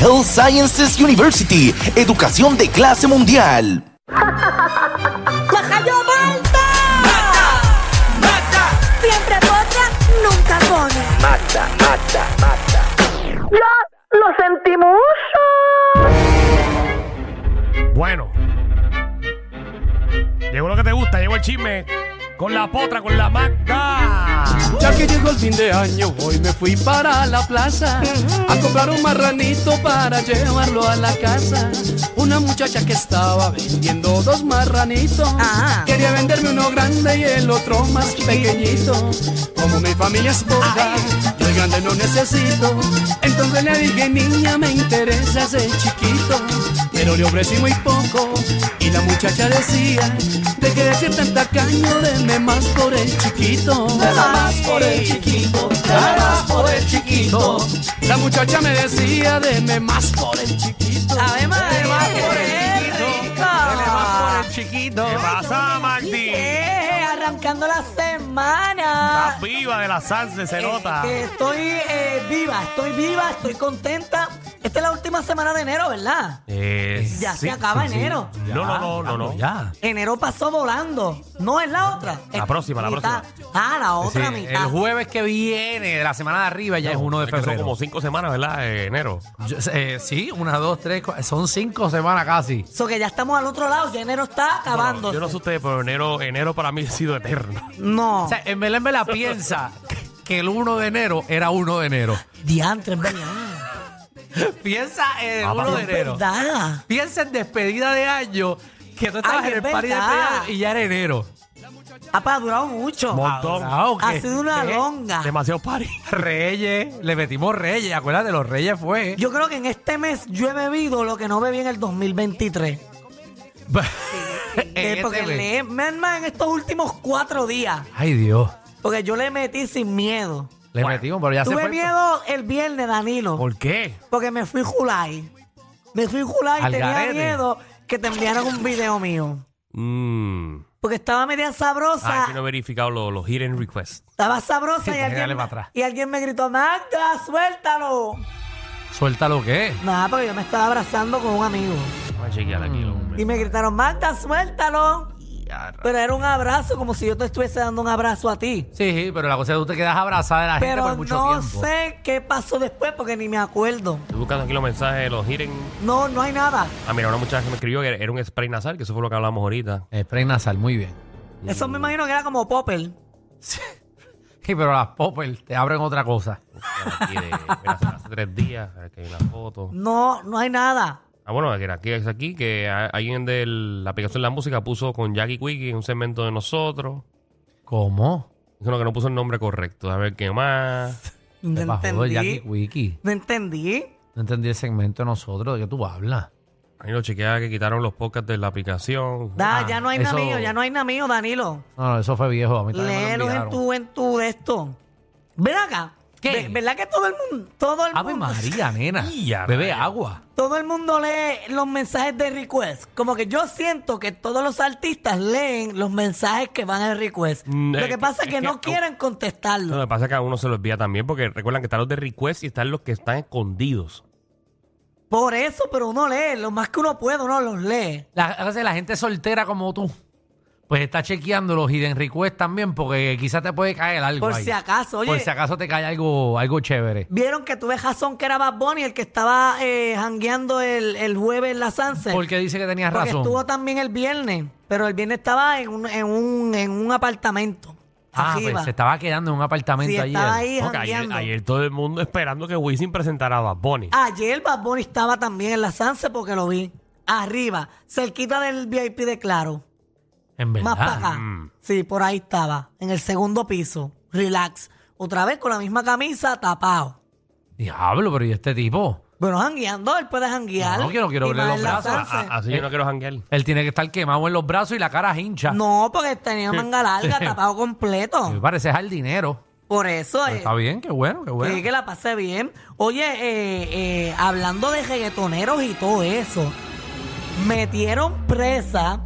Health Sciences University, educación de clase mundial. ¡Majayo Malta! ¡Mata! ¡Mata! Siempre potra, nunca pone. ¡Mata! ¡Mata! ¡Mata! ¡Ya lo sentimos! Bueno. Llegó lo que te gusta, llegó el chisme. Con la potra, con la Magda. Ya que llegó el fin de año, hoy me fui para la plaza a comprar un marranito para llevarlo a la casa. Una muchacha que estaba vendiendo dos marranitos quería venderme uno grande y el otro Ah. más pequeñito. Como mi familia es poca, yo el grande no necesito. Entonces le dije, niña, me interesa ese chiquito. Pero le ofrecí muy poco y la muchacha decía, de que decir tanta caño, denme más por el chiquito. Nada más por el chiquito, nada más por el chiquito. La muchacha me decía, deme más por el chiquito. Ave María, Deme más por el qué chiquito. rico. deme más por el chiquito. ¿Qué pasa, Magdi? Eh, arrancando la semana. Estás viva de la salsa, se Eh, nota. que estoy eh, viva, estoy viva, estoy contenta. Esta es la última semana de enero, ¿verdad? Eh, Ya se acaba enero. No, no, no, no, no. Ya. Enero pasó volando. No es la otra. La Es próxima, la mitad. próxima. Ah, la Sí, otra el mitad. jueves que viene de la semana de arriba ya es 1 de que Son febrero. como cinco semanas, ¿verdad? Eh, enero. Yo- eh, sí, una, dos, tres, cua- son cinco semanas casi. So que ya estamos al otro lado, ya enero está acabando. Yo no sé ustedes, pero enero, enero para mí ha sido eterno. No. O sea, en Belén me la piensa que el 1 de enero era 1 de enero. diantre, es verdad. Piensa en el Ah, 1 de es enero. ¿Verdad? Piensa en despedida de año, que tú estabas Ay, en el es party de verdad. despedida de año y ya era enero. Papá, ha durado mucho. Montón. Ah, ok. Ha sido una ¿Qué? longa. Demasiado party. Reyes, le metimos Reyes, acuérdate, los Reyes fue. Yo creo que en este mes yo he bebido lo que no bebí en el 2023. En Eh, este porque mes. le, me- más en estos últimos cuatro días. Ay, Dios. Porque yo le metí sin miedo. Le metimos, pero ya se Tuve fue. miedo el viernes, Danilo. ¿Por qué? Porque me fui Julay. Me fui Julay y Al tenía garete. miedo que te enviaran un video mío. Mmm. Porque estaba media sabrosa. Ah, que no he verificado los, los hidden requests. Estaba sabrosa y Dale alguien, para atrás. y alguien me gritó, Magda, suéltalo. Suelta lo que es. Nada, porque yo me estaba abrazando con un amigo. Vamos a chequear aquí. lo- Y me gritaron, Magda, suéltalo. Pero era un abrazo, como si yo te estuviese dando un abrazo a ti. Sí, sí, pero la cosa es que tú te quedas abrazada de la gente Pero por mucho no tiempo. sé qué pasó después porque ni me acuerdo. Estoy buscando aquí los mensajes de los hidden. No, no hay nada. Ah, mira, una muchacha que me escribió que era un spray nasal, que eso fue lo que hablamos ahorita. Spray nasal, muy bien. Eso Mm. me imagino que era como Popper. Sí, pero las poppers te abren otra cosa. Pues Aquí de- mira, hace, hace tres días, que hay una foto. No, no hay nada. Ah, bueno, que era aquí es aquí, que a- alguien de la aplicación de la música puso con Jackie Quickie en un segmento de nosotros. ¿Cómo? Es uno que no puso el nombre correcto. A ver qué más. No Te bajó del Jackie entendí. Wiki. No entendí. No entendí el segmento de nosotros. ¿De qué tú hablas? Ahí lo chequea que quitaron los podcasts de la aplicación. Da, Ah, ya no hay nada eso- mío, ya no hay nada mío, Danilo. No, no, eso fue viejo. A mí también me lo Léelo en enviaron. tu, en tu de esto. Ven acá. ¿Qué? Ve- ¿Verdad que todo el mundo, todo el Ave mundo, María, nena. Ya, Bebe rayos. agua. todo el mundo lee los mensajes de request? Como que yo siento que todos los artistas leen los mensajes que van al request. Mm, Lo eh, que pasa es es que, que- Ah. no quieren No, contestarlo. lo que pasa es que a uno se lo envía también, porque recuerdan que están los de request y están los que están escondidos. Por eso, pero uno lee, lo más que uno puede, uno los lee. La, a veces la gente soltera como tú, pues está chequeando los hidden requests también porque quizás te puede caer algo Por ahí. si acaso, oye. Por si acaso te cae algo, algo chévere. Vieron que tuve Jason que era Bad Bunny, el que estaba eh, jangueando el, el jueves en la Sunset. Porque dice que tenías Porque razón. Ah, estuvo también el viernes, pero el viernes estaba en un, en un, en un apartamento. Ah, arriba. pues se estaba quedando en un apartamento eh. Sí, ayer. estaba ahí Porque ayer, jangueando. Ah, Ayer, ayer todo el mundo esperando que Wisin presentara a Bad Bunny. Bad Bunny estaba también en la Sanse porque lo vi. Arriba, cerquita del VIP de Claro. En verdad. Mm. Más para acá. Sí, por ahí estaba, en el segundo piso. Relax. Otra vez con la misma camisa, tapado. Diablo, pero ¿y este tipo? Bueno, jangueando, él puede janguear. No, que no quiero Y ver más los en la brazos. Sanse. A- así yo no quiero janguear. Él tiene que estar quemado en los brazos y la cara hincha. No, porque tenía manga larga, tapado completo. Me parece jardinero. Por eso Pero eh, está bien, qué bueno, qué bueno. eh, que la pasé bien. Oye, eh, eh, hablando de reggaetoneros y todo eso, metieron presa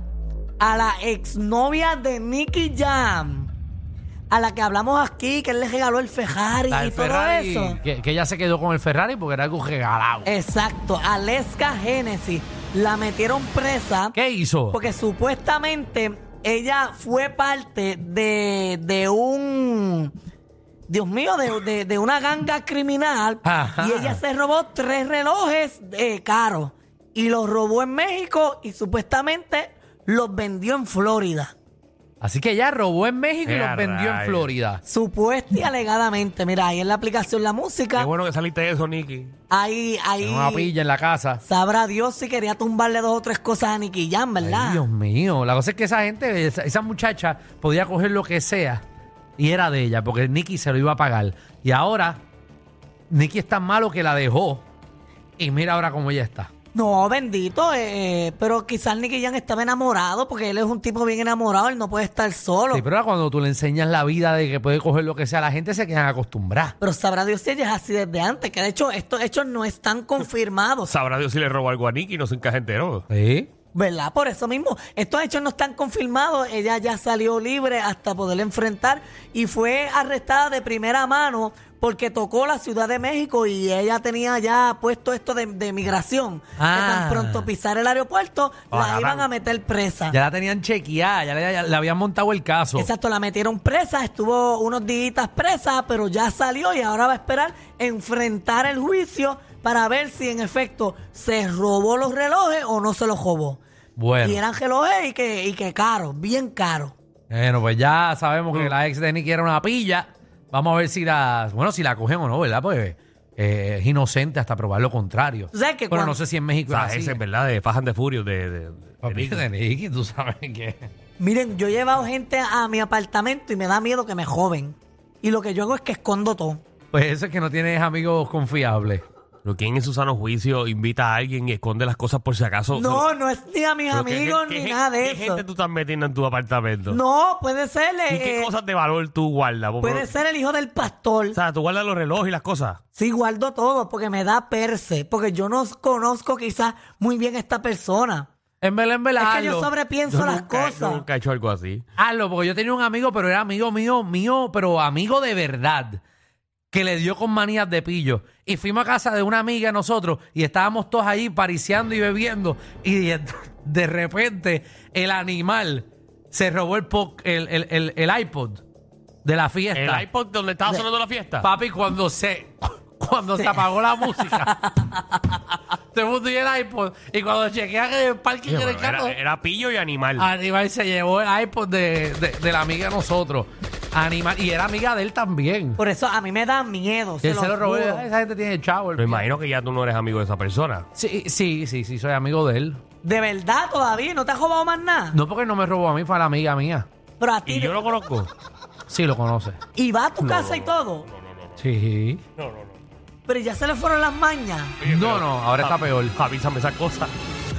a la exnovia de Nicky Jam. a la que hablamos aquí, que él le regaló el Ferrari La del y todo Ferrari, eso. Eh, Que, que ella se quedó con el Ferrari porque era algo regalado. Exacto, Aleska Genesis la metieron presa ¿Qué hizo? porque supuestamente ella fue parte de, de un... Dios mío, de, de- de una ganga criminal Ajá. y ella se robó tres relojes eh, caros y los robó en México y supuestamente los vendió en Florida. Así que ella robó en México y Ea, los vendió en rayos. Florida. Supuesta y alegadamente, mira, ahí en la aplicación La Qué Música, bueno que saliste de eso, Nicky. ahí, ahí, En una pilla en la casa. Sabrá Dios si quería tumbarle dos o tres cosas a Nicky Jam, ¿verdad? Ay, Dios mío. La cosa es que esa gente, esa, esa muchacha podía coger lo que sea y era de ella, porque Nicky se lo iba a pagar. Y ahora, Nicky es tan malo que la dejó. Y mira ahora cómo ella está. No, bendito, eh, pero quizás Nicky Jam estaba enamorado porque él es un tipo bien enamorado, él no puede estar solo. Sí, pero ahora cuando tú le enseñas la vida de que puede coger lo que sea, la gente se queda acostumbrada. Pero sabrá Dios si ella es así desde antes, que de hecho estos hechos no están confirmados, Sabrá Dios si le robó algo a Nicky, no se encaja entero. ¿Sí? ¿verdad? Por eso mismo, estos hechos no están confirmados, ella ya salió libre hasta poder enfrentar y fue arrestada de primera mano porque tocó la Ciudad de México y ella tenía ya puesto esto de, de migración. Ah. Que tan pronto pisar el aeropuerto, la Agarraron. iban a meter presa. Ya la tenían chequeada, ya le, ya le habían montado el caso. Exacto, la metieron presa, estuvo unos días presa, pero ya salió y ahora va a esperar enfrentar el juicio para ver si en efecto se robó los relojes o no se los robó. Bueno. Y eran relojes y que, y que caros, bien caros. Bueno, pues ya sabemos Mm. que la ex de Nicky era una pilla. Vamos a ver si la, bueno, si la cogen o no, ¿verdad? Pues eh, es inocente hasta probar lo contrario. O sea, que bueno, cuando- no sé si en O México sea, es así. ese es verdad de Fajan de Furio, de, de- de Papi, Nicky. de Nicky, tú sabes que... Miren, yo he llevado gente a mi apartamento y me da miedo que me joven. Y lo que yo hago es que escondo todo. Pues eso es que no tienes amigos confiables. Pero ¿quién en su sano juicio invita a alguien y esconde las cosas por si acaso? No, no es ni a mis Pero ¿qué- amigos qué- ni qué- nada de ¿Qué gente eso. tú estás metiendo en tu apartamento? No, puede ser. ¿Y qué eh, cosas de valor tú guardas? Por- puede ser el hijo del pastor. O sea, tú guardas los relojes y las cosas. Sí, guardo todo porque me da perse, porque yo no conozco quizás muy bien a esta persona. En Belén, en Belén, es que yo hazlo. sobrepienso Yo las nunca- cosas. Yo nunca he hecho algo así. Hazlo, Ah, porque yo tenía un amigo, pero era amigo mío, mío, pero amigo de verdad, que le dio con manías de pillo. Y fuimos a casa de una amiga de nosotros y estábamos todos ahí pariseando y bebiendo. Y de, de repente el animal se robó el, po- el, el- el- el iPod de la fiesta. ¿El iPod donde estaba sonando la fiesta? Papi, cuando se, cuando se apagó la música. Todo el mundo y el iPod. Y cuando chequean el parking Sí, en el bueno, carro, era, era pillo y animal. Ah, Animal se llevó el iPod de, de- de la amiga de nosotros. Animal, y era amiga de él también. Por eso a mí me da miedo. Y Se él se lo robó. juro. Esa gente tiene chavo. el Me imagino que ya tú no eres amigo de esa persona. Sí, sí, sí, sí, soy amigo de él. De verdad todavía, no te has robado más nada. No porque no me robó a mí, fue a la amiga mía. Pero a ti Y yo lo conozco. Sí, lo conoce. y va a tu casa y todo. Sí. Pero ya se le fueron las mañas. No, no, ahora Ah. está peor. Avísame esas cosas.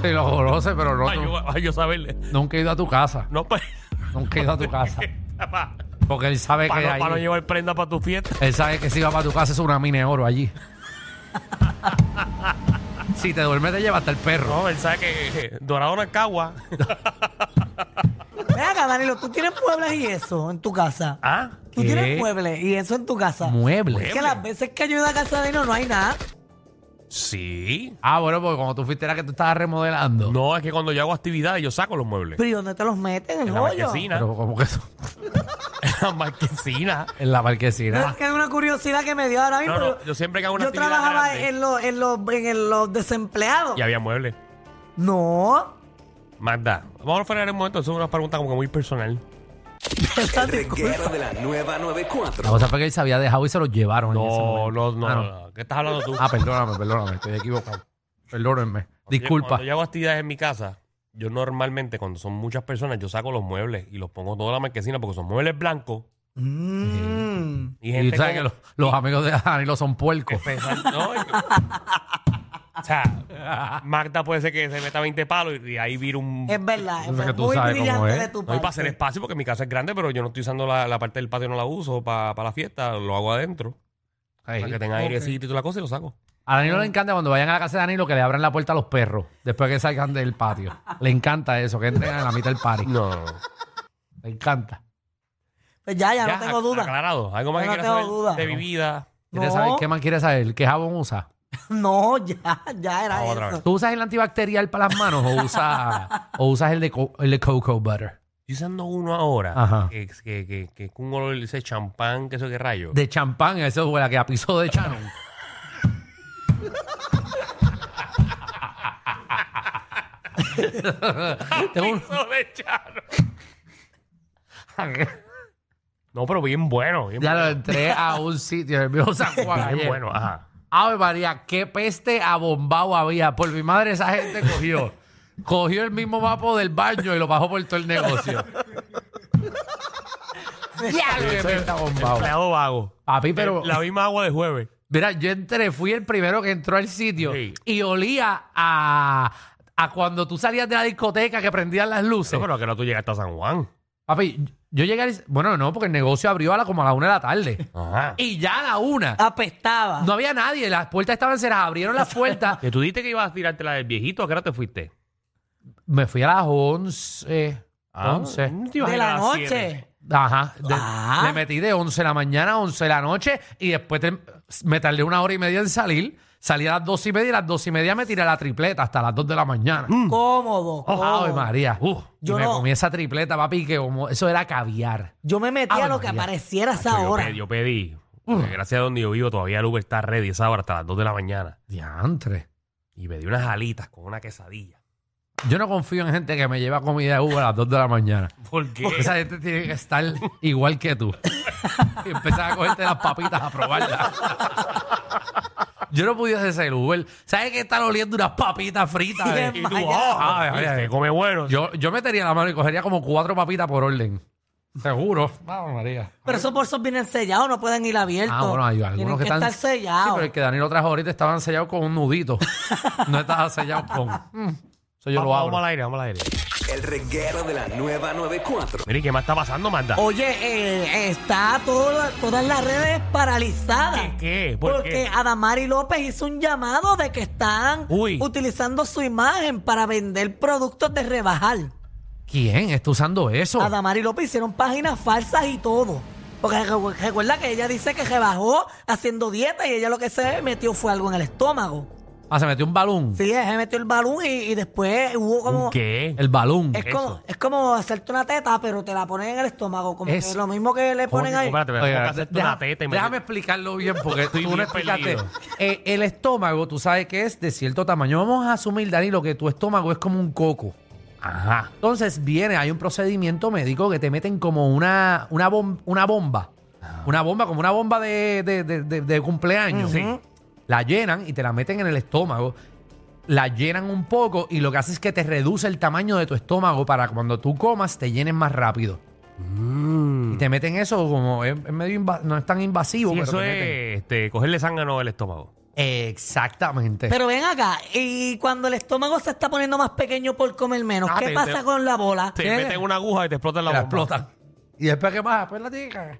Sí, lo conoce, pero no, Ay, yo, ay, yo saberle. nunca he ido a tu casa. No, pues. Nunca he ido a tu casa. Para Porque él sabe que no, pa' no ahí- llevar prenda para tu fiesta. Él sabe que si va para tu casa es una mina de oro allí. si te duermes te lleva hasta el perro. No, él sabe que Dorado Nacagua. Ven acá, Danilo, tú tienes muebles y eso en tu casa. ¿Ah? Tú ¿qué? tienes muebles y eso en tu casa. Mueble. Es que las veces que yo he ido a casa de Danilo no hay nada. Sí. Ah, bueno, porque cuando tú fuiste era que tú estabas remodelando. No, es que cuando yo hago actividades, yo saco los muebles. Pero ¿y dónde te los meten? ¿En el En la hoyo? marquesina. Pero como que eso, En la marquesina. en la No, es marquesina. que es una curiosidad que me dio ahora mismo. ¿Eh? No, no, yo siempre que hago una Yo actividad trabajaba grande. en los, en, los, en el- los desempleados. Y había muebles. No. Magda, vamos a frenar un momento. Eso es una pregunta como que muy personal. Esa disculpa. Reguero de la nueva 94. La cosa fue que él se había dejado y se lo llevaron. en ese No, momento. no, no, Ah, no. ¿Qué estás hablando tú? Ah, perdóname, perdóname, estoy equivocado. Perdónenme. Disculpa. Cuando yo hago actividades en mi casa, yo normalmente, cuando son muchas personas, yo saco los muebles y los pongo toda la marquesina porque son muebles blancos. Mm. Y Y gente tú sabes que como- los, los amigos de Danilo son puercos. Pesar- no, y- o sea, Magda puede ser que se meta 20 palos y, y ahí vira un... Es verdad. Eso es fue que tú muy sabes cómo brillante es. de tu No, y para parte. hacer espacio, porque mi casa es grande, pero yo no estoy usando la, la parte del patio, no la uso para la fiesta, lo hago adentro. Ahí. Para que tenga airecito y toda la cosa y lo saco. A Danilo le encanta cuando vayan a la casa de Danilo que le abran la puerta a los perros después que salgan del patio. Le encanta eso, que entren a la mitad del party. No, no, no. Le encanta. Pues ya, ya, Ya, no tengo ac- duda. Aclarado. Algo más Ya que no quieras saber tengo duda. de mi vida. ¿Quieres No. saber? ¿Qué más quieres saber? ¿Qué jabón usas? No, ya, ya era Vamos otra eso. vez. ¿Tú usas el antibacterial para las manos o usas, o usas el, de co- el de cocoa butter? Estoy usando uno ahora. Ajá. Que, que, que, que es un olor, dice champán, que eso que rayo. De champán, eso huele a que a piso de Shannon. Tengo un- Eso de Charo. no, pero bien bueno. Bien ya lo bueno. entré a un sitio, el viejo San Bien Juan. ayer. bueno, ajá. Ave María, qué peste abombado había. Por mi madre, esa gente cogió. cogió el mismo vapo del baño y lo bajó por todo el negocio. ya lo que está abombado. Empleado vago. Papi, pero. La misma agua de jueves. Mira, yo entré, fui el primero que entró al sitio Sí. y olía a, a cuando tú salías de la discoteca que prendían las luces. No, pero que no tú llegaste a San Juan. Papi, yo llegué al, Bueno, no, porque el negocio abrió a la, como a la una de la tarde. Ajá. Y ya a la una. Apestaba. No había nadie, las puertas estaban cerradas, abrieron las puertas. Que tú dijiste que ibas a tirarte la del viejito, ¿a qué hora te fuiste? Me fui a las once. Ah, once. no te ibas a de ir a la las noche. siete. Ajá. de- Ah. Le metí de 11 de la mañana a 11 de la noche y después te- me tardé una hora y media en salir. Salí a las 2 y media y a las 2 y media me tiré la tripleta hasta las 2 de la mañana. Mm. Oh, Cómodo. ¡Ay, cómodo. María! Uh, y Oh. yo me no- comí esa tripleta, papi, que como- eso era caviar. Yo me metí Ave a lo que María. apareciera a esa Yo hora. pedí- Yo pedí. porque Gracias a donde yo vivo, todavía el Uber está ready esa hora hasta las 2 de la mañana. Diantre. Y pedí unas alitas con una quesadilla. Yo no confío en gente que me lleva comida de Uber a las 2 de la mañana. ¿Por qué? Esa gente tiene que estar igual que tú. y empezar a cogerte las papitas a probarlas. Yo no pudiese ser Uber. ¿Sabes que están oliendo unas papitas fritas? Bien eh? Y tú, Vaya. ah, Ay, ay, ay. ¿viste? come bueno. Yo, yo metería la mano y cogería como cuatro papitas por orden. Seguro. Vamos, María. Pero esos bolsos vienen sellados, no pueden ir abiertos. Ah, bueno, hay Tienen algunos que, que, están. estar sellados. Sí, pero el que Danilo trajo ahorita estaban sellados con un nudito. no estaba sellado con. Mm. Eso yo vamos, lo vamos abro. al aire, vamos al aire. El reguero de la nueva 94. Mire, ¿qué más está pasando, Manda? Oye, eh, está toda- todas las redes paralizadas. ¿Qué, qué? ¿Por porque qué? Adamari López hizo un llamado de que están Uy. utilizando su imagen para vender productos de rebajar. ¿Quién está usando eso? Adamari López hicieron páginas falsas y todo. Porque recu- recuerda que ella dice que rebajó haciendo dieta y ella lo que se metió fue algo en el estómago. Ah, se metió un balón. Sí, se metió el balón y, y después hubo como... ¿Un ¿Qué? El balón. Es como, es como hacerte una teta, pero te la ponen en el estómago. Como Es- que lo mismo que le ponen Coño, ahí. espérate, espérate, Oiga, tengo que hacerte deja- una teta y me- déjame explicarlo bien porque Estoy tú no bien explicaste. perdido. Eh, el estómago, tú sabes que es de cierto tamaño. Vamos a asumir, Danilo, que tu estómago es como un coco. Ajá. Entonces viene, hay un procedimiento médico que te meten como una, una, bom- una bomba. Ah. Una bomba, como una bomba de, de- de- de- de cumpleaños. La llenan y te la meten en el estómago. La llenan un poco y lo que hace es que te reduce el tamaño de tu estómago para cuando tú comas te llenes más rápido. Y te meten eso como es, es medio inva- no es tan invasivo. Sí, pero eso te meten. es este, cogerle zángano al estómago. Exactamente. Pero ven acá, y cuando el estómago se está poniendo más pequeño por comer menos, Ah, ¿qué te- pasa te- con la bola? Te ¿Qué? meten una aguja y te explotan la la bomba. explotan. Y después qué más, después la tiene que cagar.